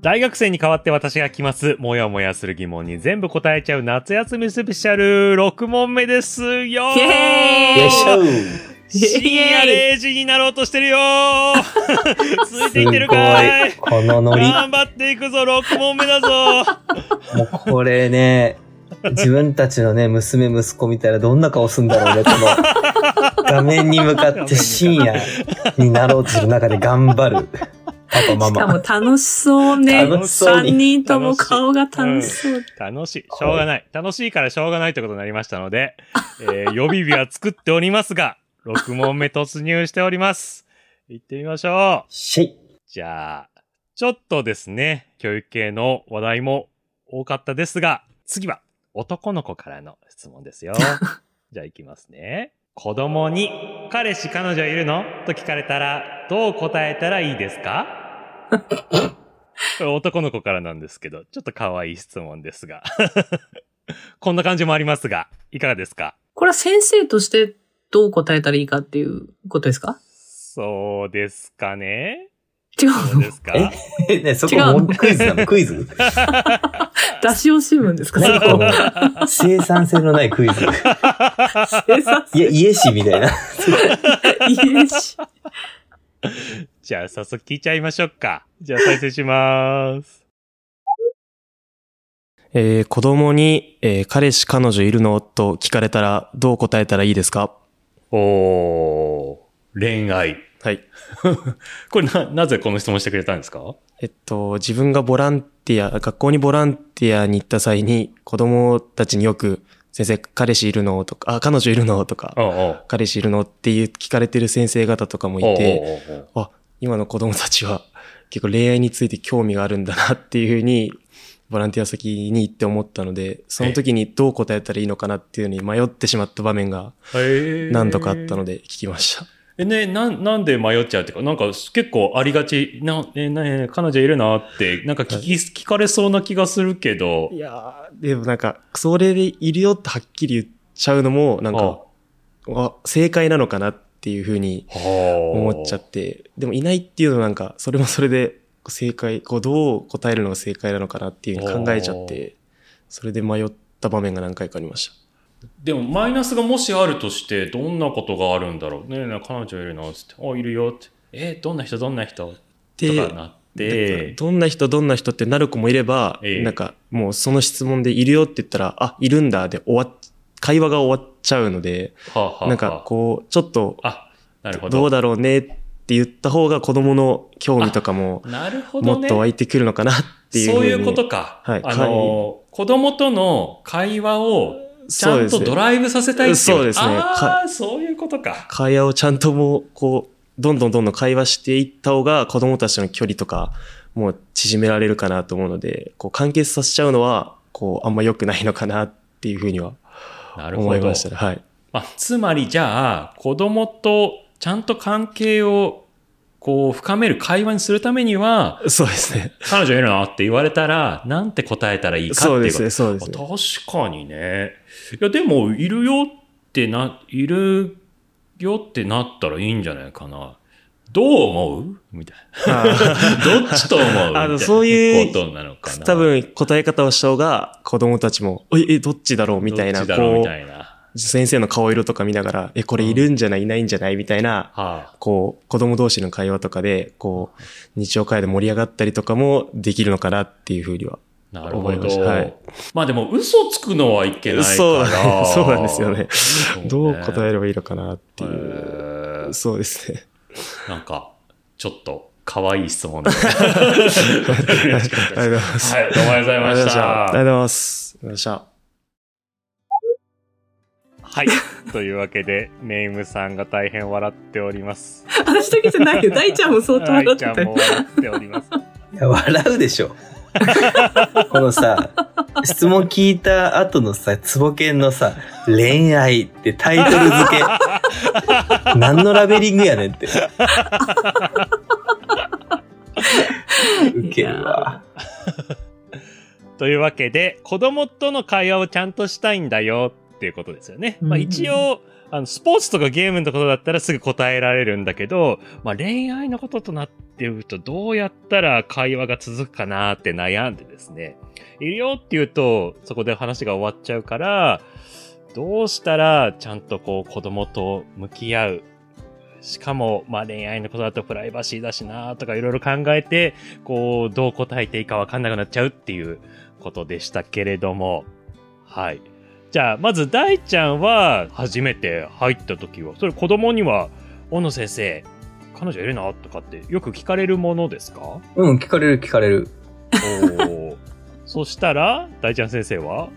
大学生に代わって私が来ます。もやもやする疑問に全部答えちゃう夏休みスペシャル6問目ですよーイエーイよいしょ深夜0時になろうとしてるよーついていってるかいすごいこのノリ。頑張っていくぞ、6問目だぞもうこれね、自分たちのね、娘、息子見たらどんな顔すんだろうね、この。画面に向かって深夜になろうとする中で頑張る。パパ、マしかもマ。楽しそうね。楽しそうに3人とも顔が楽しそう。楽しい。しょうがない。楽しいからしょうがないということになりましたので、えー、予備日は作っておりますが、6問目突入しております。行ってみましょう。シェイ。じゃあ、ちょっとですね、教育系の話題も多かったですが、次は男の子からの質問ですよ。じゃあ行きますね。子供に、彼氏彼女いるのと聞かれたら、どう答えたらいいですかこれ男の子からなんですけど、ちょっと可愛い質問ですが。 こんな感じもありますが、いかがですかこれは先生としてどう答えたらいいかっていうことですかそうですかね違うそうのですかえ、ね、そこ違うもうクイズなのク イズ出し惜しむんですか何この生産性のないクイズ。生産いや、イエシみたいな。いいし。じゃあ早速聞いちゃいましょうか。じゃあ再生しまーす。えー子供に、えー彼氏彼女いるのと聞かれたらどう答えたらいいですかおー、恋愛。はい。これな、なぜこの質問してくれたんですかえっと、自分がボランティア、学校にボランティアに行った際に子供たちによく、先生、彼氏いるのとか、あ、彼女いるのとか、んうん。彼氏いるのっていう聞かれてる先生方とかもいて、おうおうおうあ、今の子供たちは結構恋愛について興味があるんだなっていうふうに、ボランティア先に行って思ったので、その時にどう答えたらいいのかなっていうのに迷ってしまった場面がへー何度かあったの。で聞きました。え、ね、なん、なんで迷っちゃうっていうか、なんか結構ありがち、な、え、な、え、彼女いるなって、なんか聞き、聞かれそうな気がするけどい、やー、でもなんか、それでいるよってはっきり言っちゃうのも、なんか、あ正解なのかなっていうふうに思思っちゃって、でもいないっていうのはなんか、それもそれで正解、こうどう答えるのが正解なのかなっていうふうに考えちゃって、それで迷った場面が何回かありました。でもマイナスがもしあるとしてどんなことがあるんだろうねえねえ彼女いるのつって「あいるよ」って「えどんな人どんな人?」とかなってどんな人どんな人ってなる子もいれば、ええなんかもうその質問でいるよって言ったら、あ、いるんだで終わっ、会話が終わっちゃうので、はあはあはあなんかこう、ちょっとあなるほどどうだろうねって言った方が子供の興味とかもなるほどもっねと湧いてくるのかなっていうふそうに。いうことか、はいあの子供との会話をちそゃうでんすとねドライブさせたいっていうそうですねああそういうことか会話をちゃんともう、こう、どんどんどんどん会話していった方が子供たちとの距離とかもう縮められるかなと思うので、こう完結させちゃうのは、こうあんま良くないのかなっていうふうにはなるほ思いどましたね。はい。まあ、つまりじゃあ子供とちゃんと関係をこう深める会話にするためにはそうですね。彼女いるのって言われたら、なんて答えたらいいかっていうそうでこすとね、そうですね。確かにね。いや、でも、いるよってな、いるよってなったらいいんじゃないかな。どう思うみたい な。あどっちと思うみたいあなのそういうことなのかーな。多分答え方をした方が子供たちも、え、えどっちだろうみたいどっな、ちだろうみこたう、いな。は先生の顔色とか見ながら、え、これいるんじゃないいないんじゃないみたいなあ。こう、子供同士の会話とかで、こう、日常会話で盛り上がったりとかもできるのかなっていうふうには。なる思ほいまど。したはいまあでも、嘘つくのはいけないから。そうだね そうなんですよねそねどう答えればいいのかなっていへう。ーそうですね。なんか、ちょっと、可愛い質問だね ありがとうございます。はい、どうもありがとうございましありがとうござた。います。ありがとうございました。はい。というわけで、ネームさんが大変笑っております。私だけじゃないよ。大ちゃんも相当は笑い、ってちゃたんもよ。笑っております。いや、笑うでしょ。 このさ、質問聞いた後のさ、ツボケンのさ、恋愛ってタイトル付け。 何のラベリングやねんって。 ウケるわ。というわけで、子供との会話をちゃんとしたいんだよっていうことですよね。うんまあ一応、あの、スポーツとかゲームのことだったらすぐ答えられるんだけど、まあ恋愛のこととなってるとどうやったら会話が続くかなって悩んでですね、いるよって言うと、そこで話が終わっちゃうから、どうしたらちゃんとこう子供と向き合う。しかも、まあ恋愛のことだとプライバシーだしなとかいろいろ考えて、こう、どう答えていいかわかんなくなっちゃうっていうことでしたけれども、はい。じゃあ、まず大ちゃんは初めて入った時は、それ子供には、小野先生、彼女いるなとかってよく聞かれるものです かおうん、聞かれる聞かれる。ーそしたら、大ちゃん先生は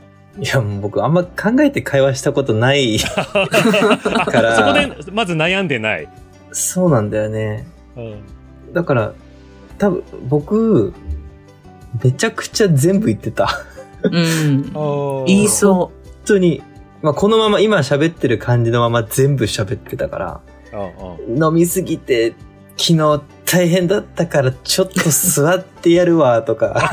いや、もう僕あんま考えて会話したことない。からそこでまず悩んでない。そうなんだよね。うん、だから、多分僕、めちゃくちゃ全部言ってた。本うん。言いいそ当に。まあ、このまま今喋ってる感じのまま全部喋ってたから、う。うんうん飲みすぎて昨日大変だったからちょっと座ってやるわ とか、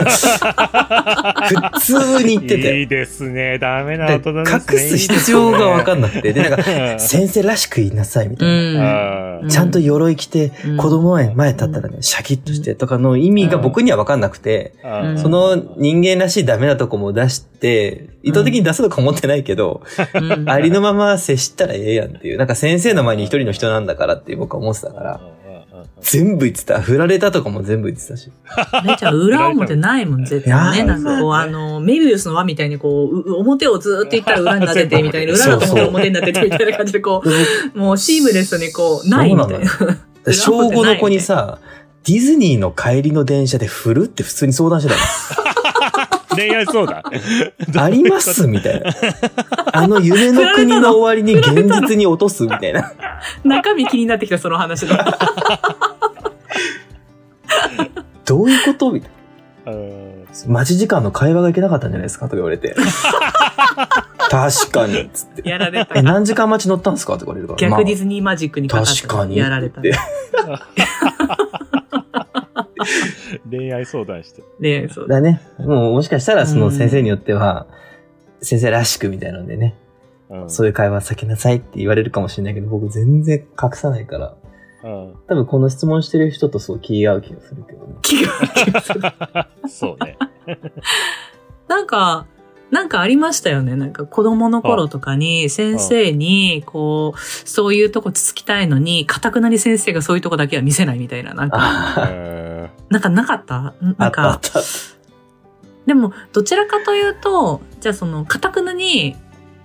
普通に言ってて。いいですね。ダメな大人隠ですね。す必要が分かんなくて。で、なんか、か先生らしく言いなさいみう。たういな。ん。んんちゃんと鎧着て、うん子供園前立ったらね、シャキッとしてとかの意味が僕には分かんなくて、うんその人間らしいダメなとこも出して、意図的に出すとか思ってないけど、うん ありのまま接したらええやんっていう、なんか先生の前に一人の人なんだからって僕は思ってたから、全部言ってた。振られたとかも全部言ってたし。めちゃ裏表ないもん、絶対ね。いやーなんかこう、あの、メビウスの輪みたいにこう、う表をずーっと言ったら裏になっててみたいな、裏だと思ったら表になっててみたいな感じで こう、もうシームレスにこう、ないみたいな。 で小5の子にさ、ディズニーの帰りの電車で振るって普通に相談してたの。恋愛そうだ。 ありますみたいな。あの夢の国の終わりに現実に落とすみたい な。中身気になってきた、その話が。どういうことみたいな。うん待ち時間の会話がいけなかったんじゃないですかとか言わ れて。確かに。つっ て。やられたえ、。何時間待ち乗ったんですかとか言われるから。逆ディまズニーマジックにかかって確かにやられた。って恋愛相談して。ねそうあだね。もうもしかしたらその先生によっては、先生らしくみたいなのでね、うんそういう会話避けなさいって言われるかもしれないけど、僕全然隠さないから。うん多分この質問してる人とそう気が合う気がするけどね。気がそうね。なんか、なんかありましたよね。なんか子供の頃とかに先生に、こう、そういうとこつつきたいのに、かたくなに先生がそういうとこだけは見せないみたいな。なんか、うあんなんかなかったんあなっんたあっか、た。でも、どちらかというと、じゃあその、かたくなに、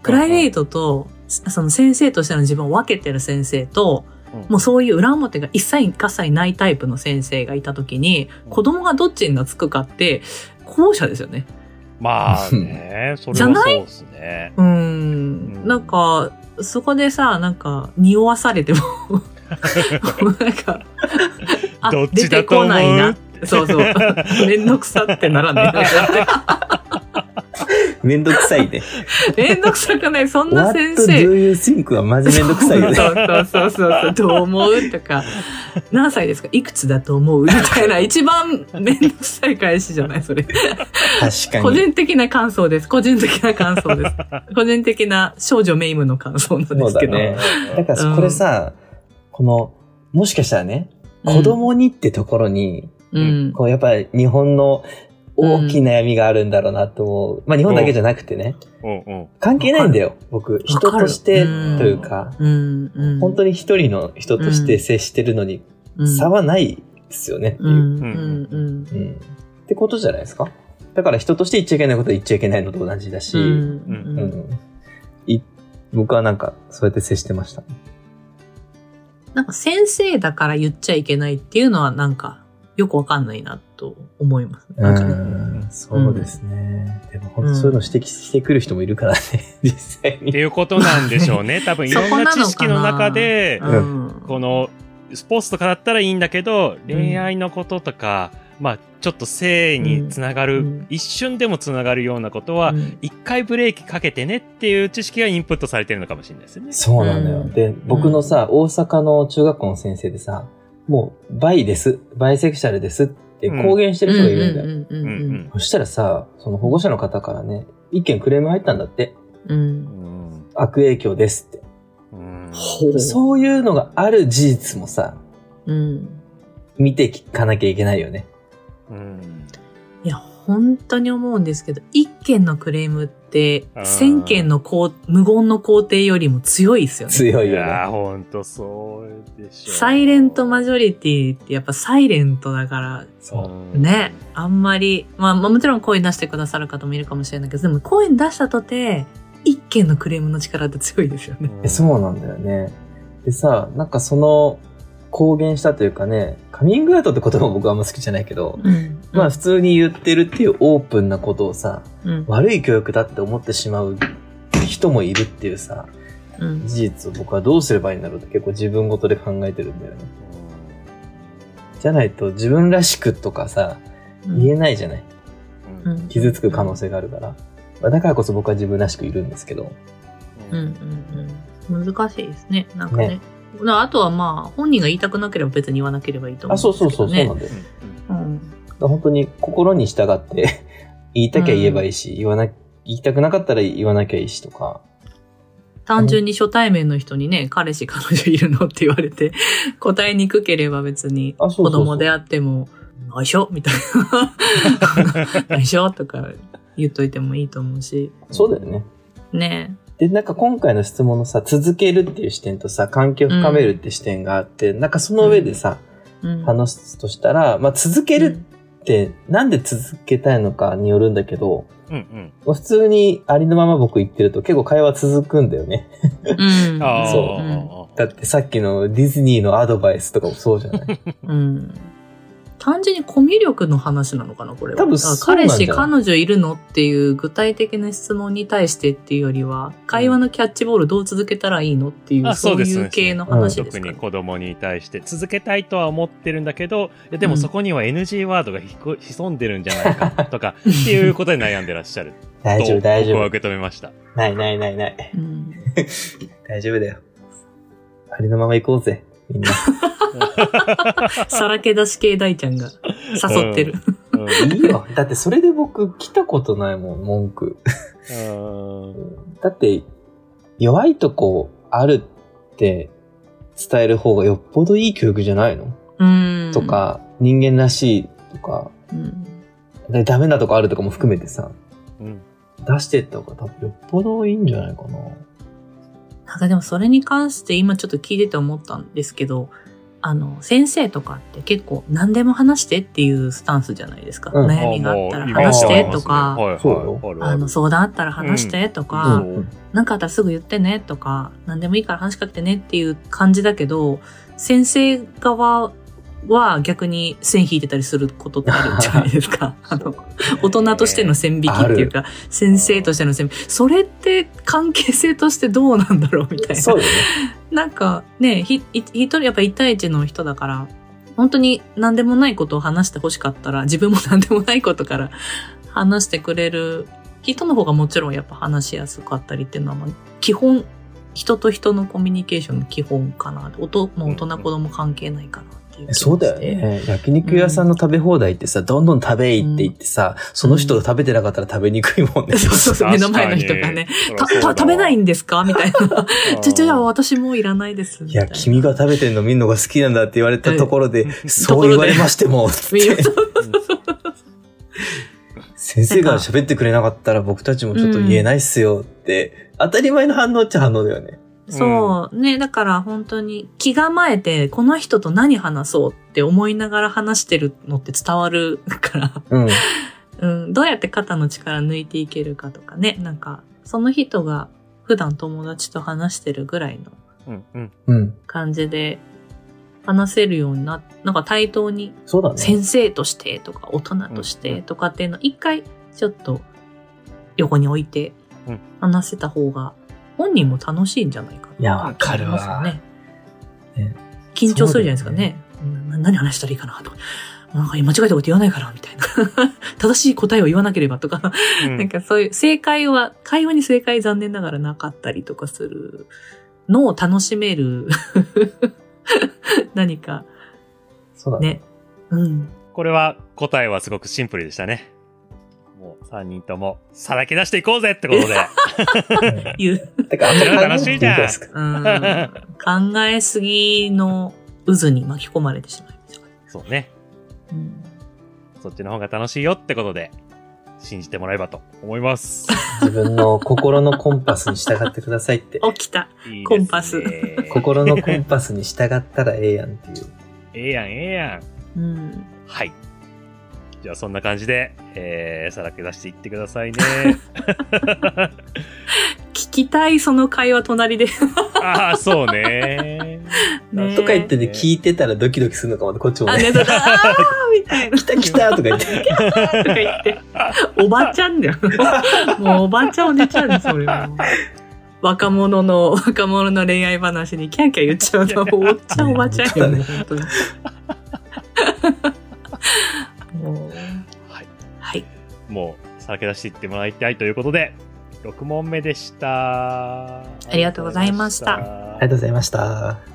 プライベートと、その先生としての自分を分けてる先生と、もうそういう裏表が一切一切ないタイプの先生がいたときに、子供がどっちに懐くかって、後者ですよね。まあ ね、それじゃはなそうですね。うーん。なんか、そこでさ、なんか、匂わされ ても、なんか、あどっちだと思う出てこないなって。そう そう。めんどくさってならない。めんどくさいね。めんどくさくない。そんな What 先 do 生。 you think はマジめんどくさいよね。そうそうそうそうそう。どう思うとか、何歳ですかいくつだと思うみたいな、一番めんどくさい返しじゃないそれ。確個かに。人的な感想です。個人的な感想です。個人的な少女メイムの感想なんですけど。そうだねだかうらんこれさ、この、もしかしたらね、うん子供にってところに、うん。こうやっぱり日本の大きい悩みがあるんだろうなと思う。まあ日本だけじゃなくてね、うんうん。関係ないんだよ、僕。人としてというか、うん。うん。本当に一人の人として接してるのにうん差はないですよねっていうう。んうんうんうんってことじゃないですか。だから人として言っちゃいけないことは言っちゃいけないのと同じだし、うんううんんい僕はなんかそうやって接してました。なんか先生だから言っちゃいけないっていうのはなんかよくわかんないなと思います。なんかねうんそうですね。でも本当そういうの指摘してくる人もいるからね、実際ってに。いうことなんでしょう ね。多分いろんな知識の中で、うんこのスポーツとかだったらいいんだけど、恋愛のこととか、まあちょっと性につながる、うんうん一瞬でもつながるようなことは、うん一回ブレーキかけてねっていう知識がインプットされてるのかもしれないですよね。そうなんだよ。うんで、僕のさ、大阪の中学校の先生でさ、もう、バイです、バイセクシャルですって公言してる人がいるんだよ。うんうんううんんそしたらさ、その保護者の方からね、一件クレーム入ったんだって。うんうん。悪影響ですって。うん。ほうそういうのがある事実もさ、うん。見ていかなきゃいけないよね。うん。いや、本当に思うんですけど、一件のクレームってあ、ー千件のこう無言の工程よりも強いですよね。強いいよね。やー、ほんとそうでしょう。サイレントマジョリティってやっぱサイレントだから、そう。ね、あんまり、まあ、まあもちろん声出してくださる方もいるかもしれないけど、でも声に出したとて、一件のクレームの力って強いですよね。んえそうなんだよね。でさ、なんかその、公言したというかね、カミングアウトって言葉も僕はあんま好きじゃないけど、うん。まあ普通に言ってるっていうオープンなことをさ、うん、悪い教育だって思ってしまう人もいるっていうさ、うん。事実を僕はどうすればいいんだろうって結構自分ごとで考えてるんだよね。じゃないと自分らしくとかさ、言えないじゃない。うん。うん。傷つく可能性があるから。まあだからこそ僕は自分らしくいるんですけど。うんうんうん。難しいですね。なんかね。ねなあとはまあ、本人が言いたくなければ別に言わなければいいと思あ、うそんうですそうけそど、う、そね。うなんだよ。うんうんだから本当に心に従って言いたきゃ言えばいいし、言わな、言いたくなかったら言わなきゃいいしとか。単純に初対面の人にね、彼氏彼女いるのって言われて、 答えにくければ別に、あそうそうそ子う供であっても、内緒みたい な。内緒とか言っといてもいいと思うし。そうだよね。ねで、なんか今回の質問のさ、続けるっていう視点とさ、関係を深めるって視点があって、なんかその上でさ、え。うん。話すとしたら、まあ続けるって、なんで続けたいのかによるんだけど、うんまあ普通にありのまま僕言ってると結構会話続くんだよね。うん。うん。ああ。そだってさっきのディズニーのアドバイスとかもそうじゃない うん。うん。単純にコミュ力の話なのかな、これは。多分だからそうな彼んじゃない氏彼女いるのっていう具体的な質問に対してっていうよりは、会話のキャッチボールどう続けたらいいのっていう、あそそううですいう系のうん話です特かねに子供に対して続けたいとは思ってるんだけど、いやでうもんそこには NG ワードがひこ潜んでるんじゃないかと か、っていうことで悩んでらっしゃる。大丈夫大丈僕は夫受け止めました。ないないないないうん大丈夫だよありのまま行こうぜみんなさらけ出し系大ちゃんが誘ってる。うんい いよだってそれで僕来たことないもん文句うんだって弱いとこあるって伝える方がよっぽどいい教育じゃないの、うん。と。か人間らしいとかうん。でダメなとこあるとかも含めてさうん出してった方が多分よっぽどいいんじゃないかななんかでもそれに関して今ちょっと聞いてて思ったんですけど、あの、先生とかって結構何でも話してっていうスタンスじゃないですか。うん悩みがあったらもう話してとありか、ますそねうはいよはいあるああるの、相談あったら話してとあか、んなんかあったらすぐ言ってねとか、何でもいいから話しかけてねっていう感じだけど、先生側は逆に線引いてたりすることってあるじゃないです か。あの、大人としての線引きっていうか、先生としての線引き。それって関係性としてどうなんだろうみたいそな。うよねなんかね、ひ、ひ一人やっぱ一対一の人だから、本当に何でもないことを話して欲しかったら、自分も何でもないことから話してくれる人の方がもちろんやっぱ話しやすかったりっていうのは、まあ基本、人と人のコミュニケーションの基本かな。音も大人子供関係ないかなっていう気がして。そうだよね。焼肉屋さんの食べ放題ってさ、どんどん食べいって言ってさ、その人が食べてなかったら食べにくいもんね。そうそうそう、目の前の人確かがにね。そりた ゃそうだたわ食べないんですかみたいな。じゃじゃじゃあうん私もういらないです。みいたいや、な君が食べてんの見んのが好きなんだって言われたところで、そう言われましても、つっいやて先生が喋ってくれなかったら僕たちもちょっと言えないっすよって、当たり前の反応っちゃ反応だよね。そう、ね、だから本当に気構えて、この人と何話そうって思いながら話してるのって伝わるから、うん。 うん、どうやって肩の力抜いていけるかとかね、なんか、その人が普段友達と話してるぐらいのうんうんうん。感じで話せるようになっなんか対等にそうだね。先生としてとか大人としてとかっていうのを一回ちょっと横に置いてうん話せた方が本人も楽しいんじゃないかな。いやわかるわ思いますよねね緊張するじゃないですかね。うんな何話したらいいかなとか。なんか間違えたこと言わないからみたいな。 正しい答えを言わなければとか。うんなんかそういう正解は、会話に正解残念ながらなかったりとかするのを楽しめる 何かそうだね。ね。うん。これは答えはすごくシンプルでしたね。もう3人ともさらけ出していこうぜって ことで。言う。てか、あんま楽しいじゃん考えてみたですかうん。考えすぎの渦に巻き込まれてしまいました。そうね。うんそっちの方が楽しいよってことで、信じてもらえばと思い ます。自分の心のコンパスに従ってくださ いって。起きた。いいですねコンパス心のコンパスに従ったらええやんっていう。ええやん、ええやん。うん。はい。じゃあそんな感じで、えー、さらけ出していってくださいね。 聞きたい、その会話隣 で。ああ、そうね。ねとか言ってね、聞いてたらドキドキするのかもね、こっちもあ、ね。寝てた。あーみたいな。来た来たとか言って。 とか言って。おばちゃんだ よ。もうおばちゃんおじちゃんです、それは。 若者の、若者の恋愛話にキャンキャン言っちゃうの。おっちゃんおばちゃんよね、本当に。もうはい。はい。もう、さらけ出していってもらいたいということで、6問目でした。ありがとうございましたりがとうございまありがとうございました。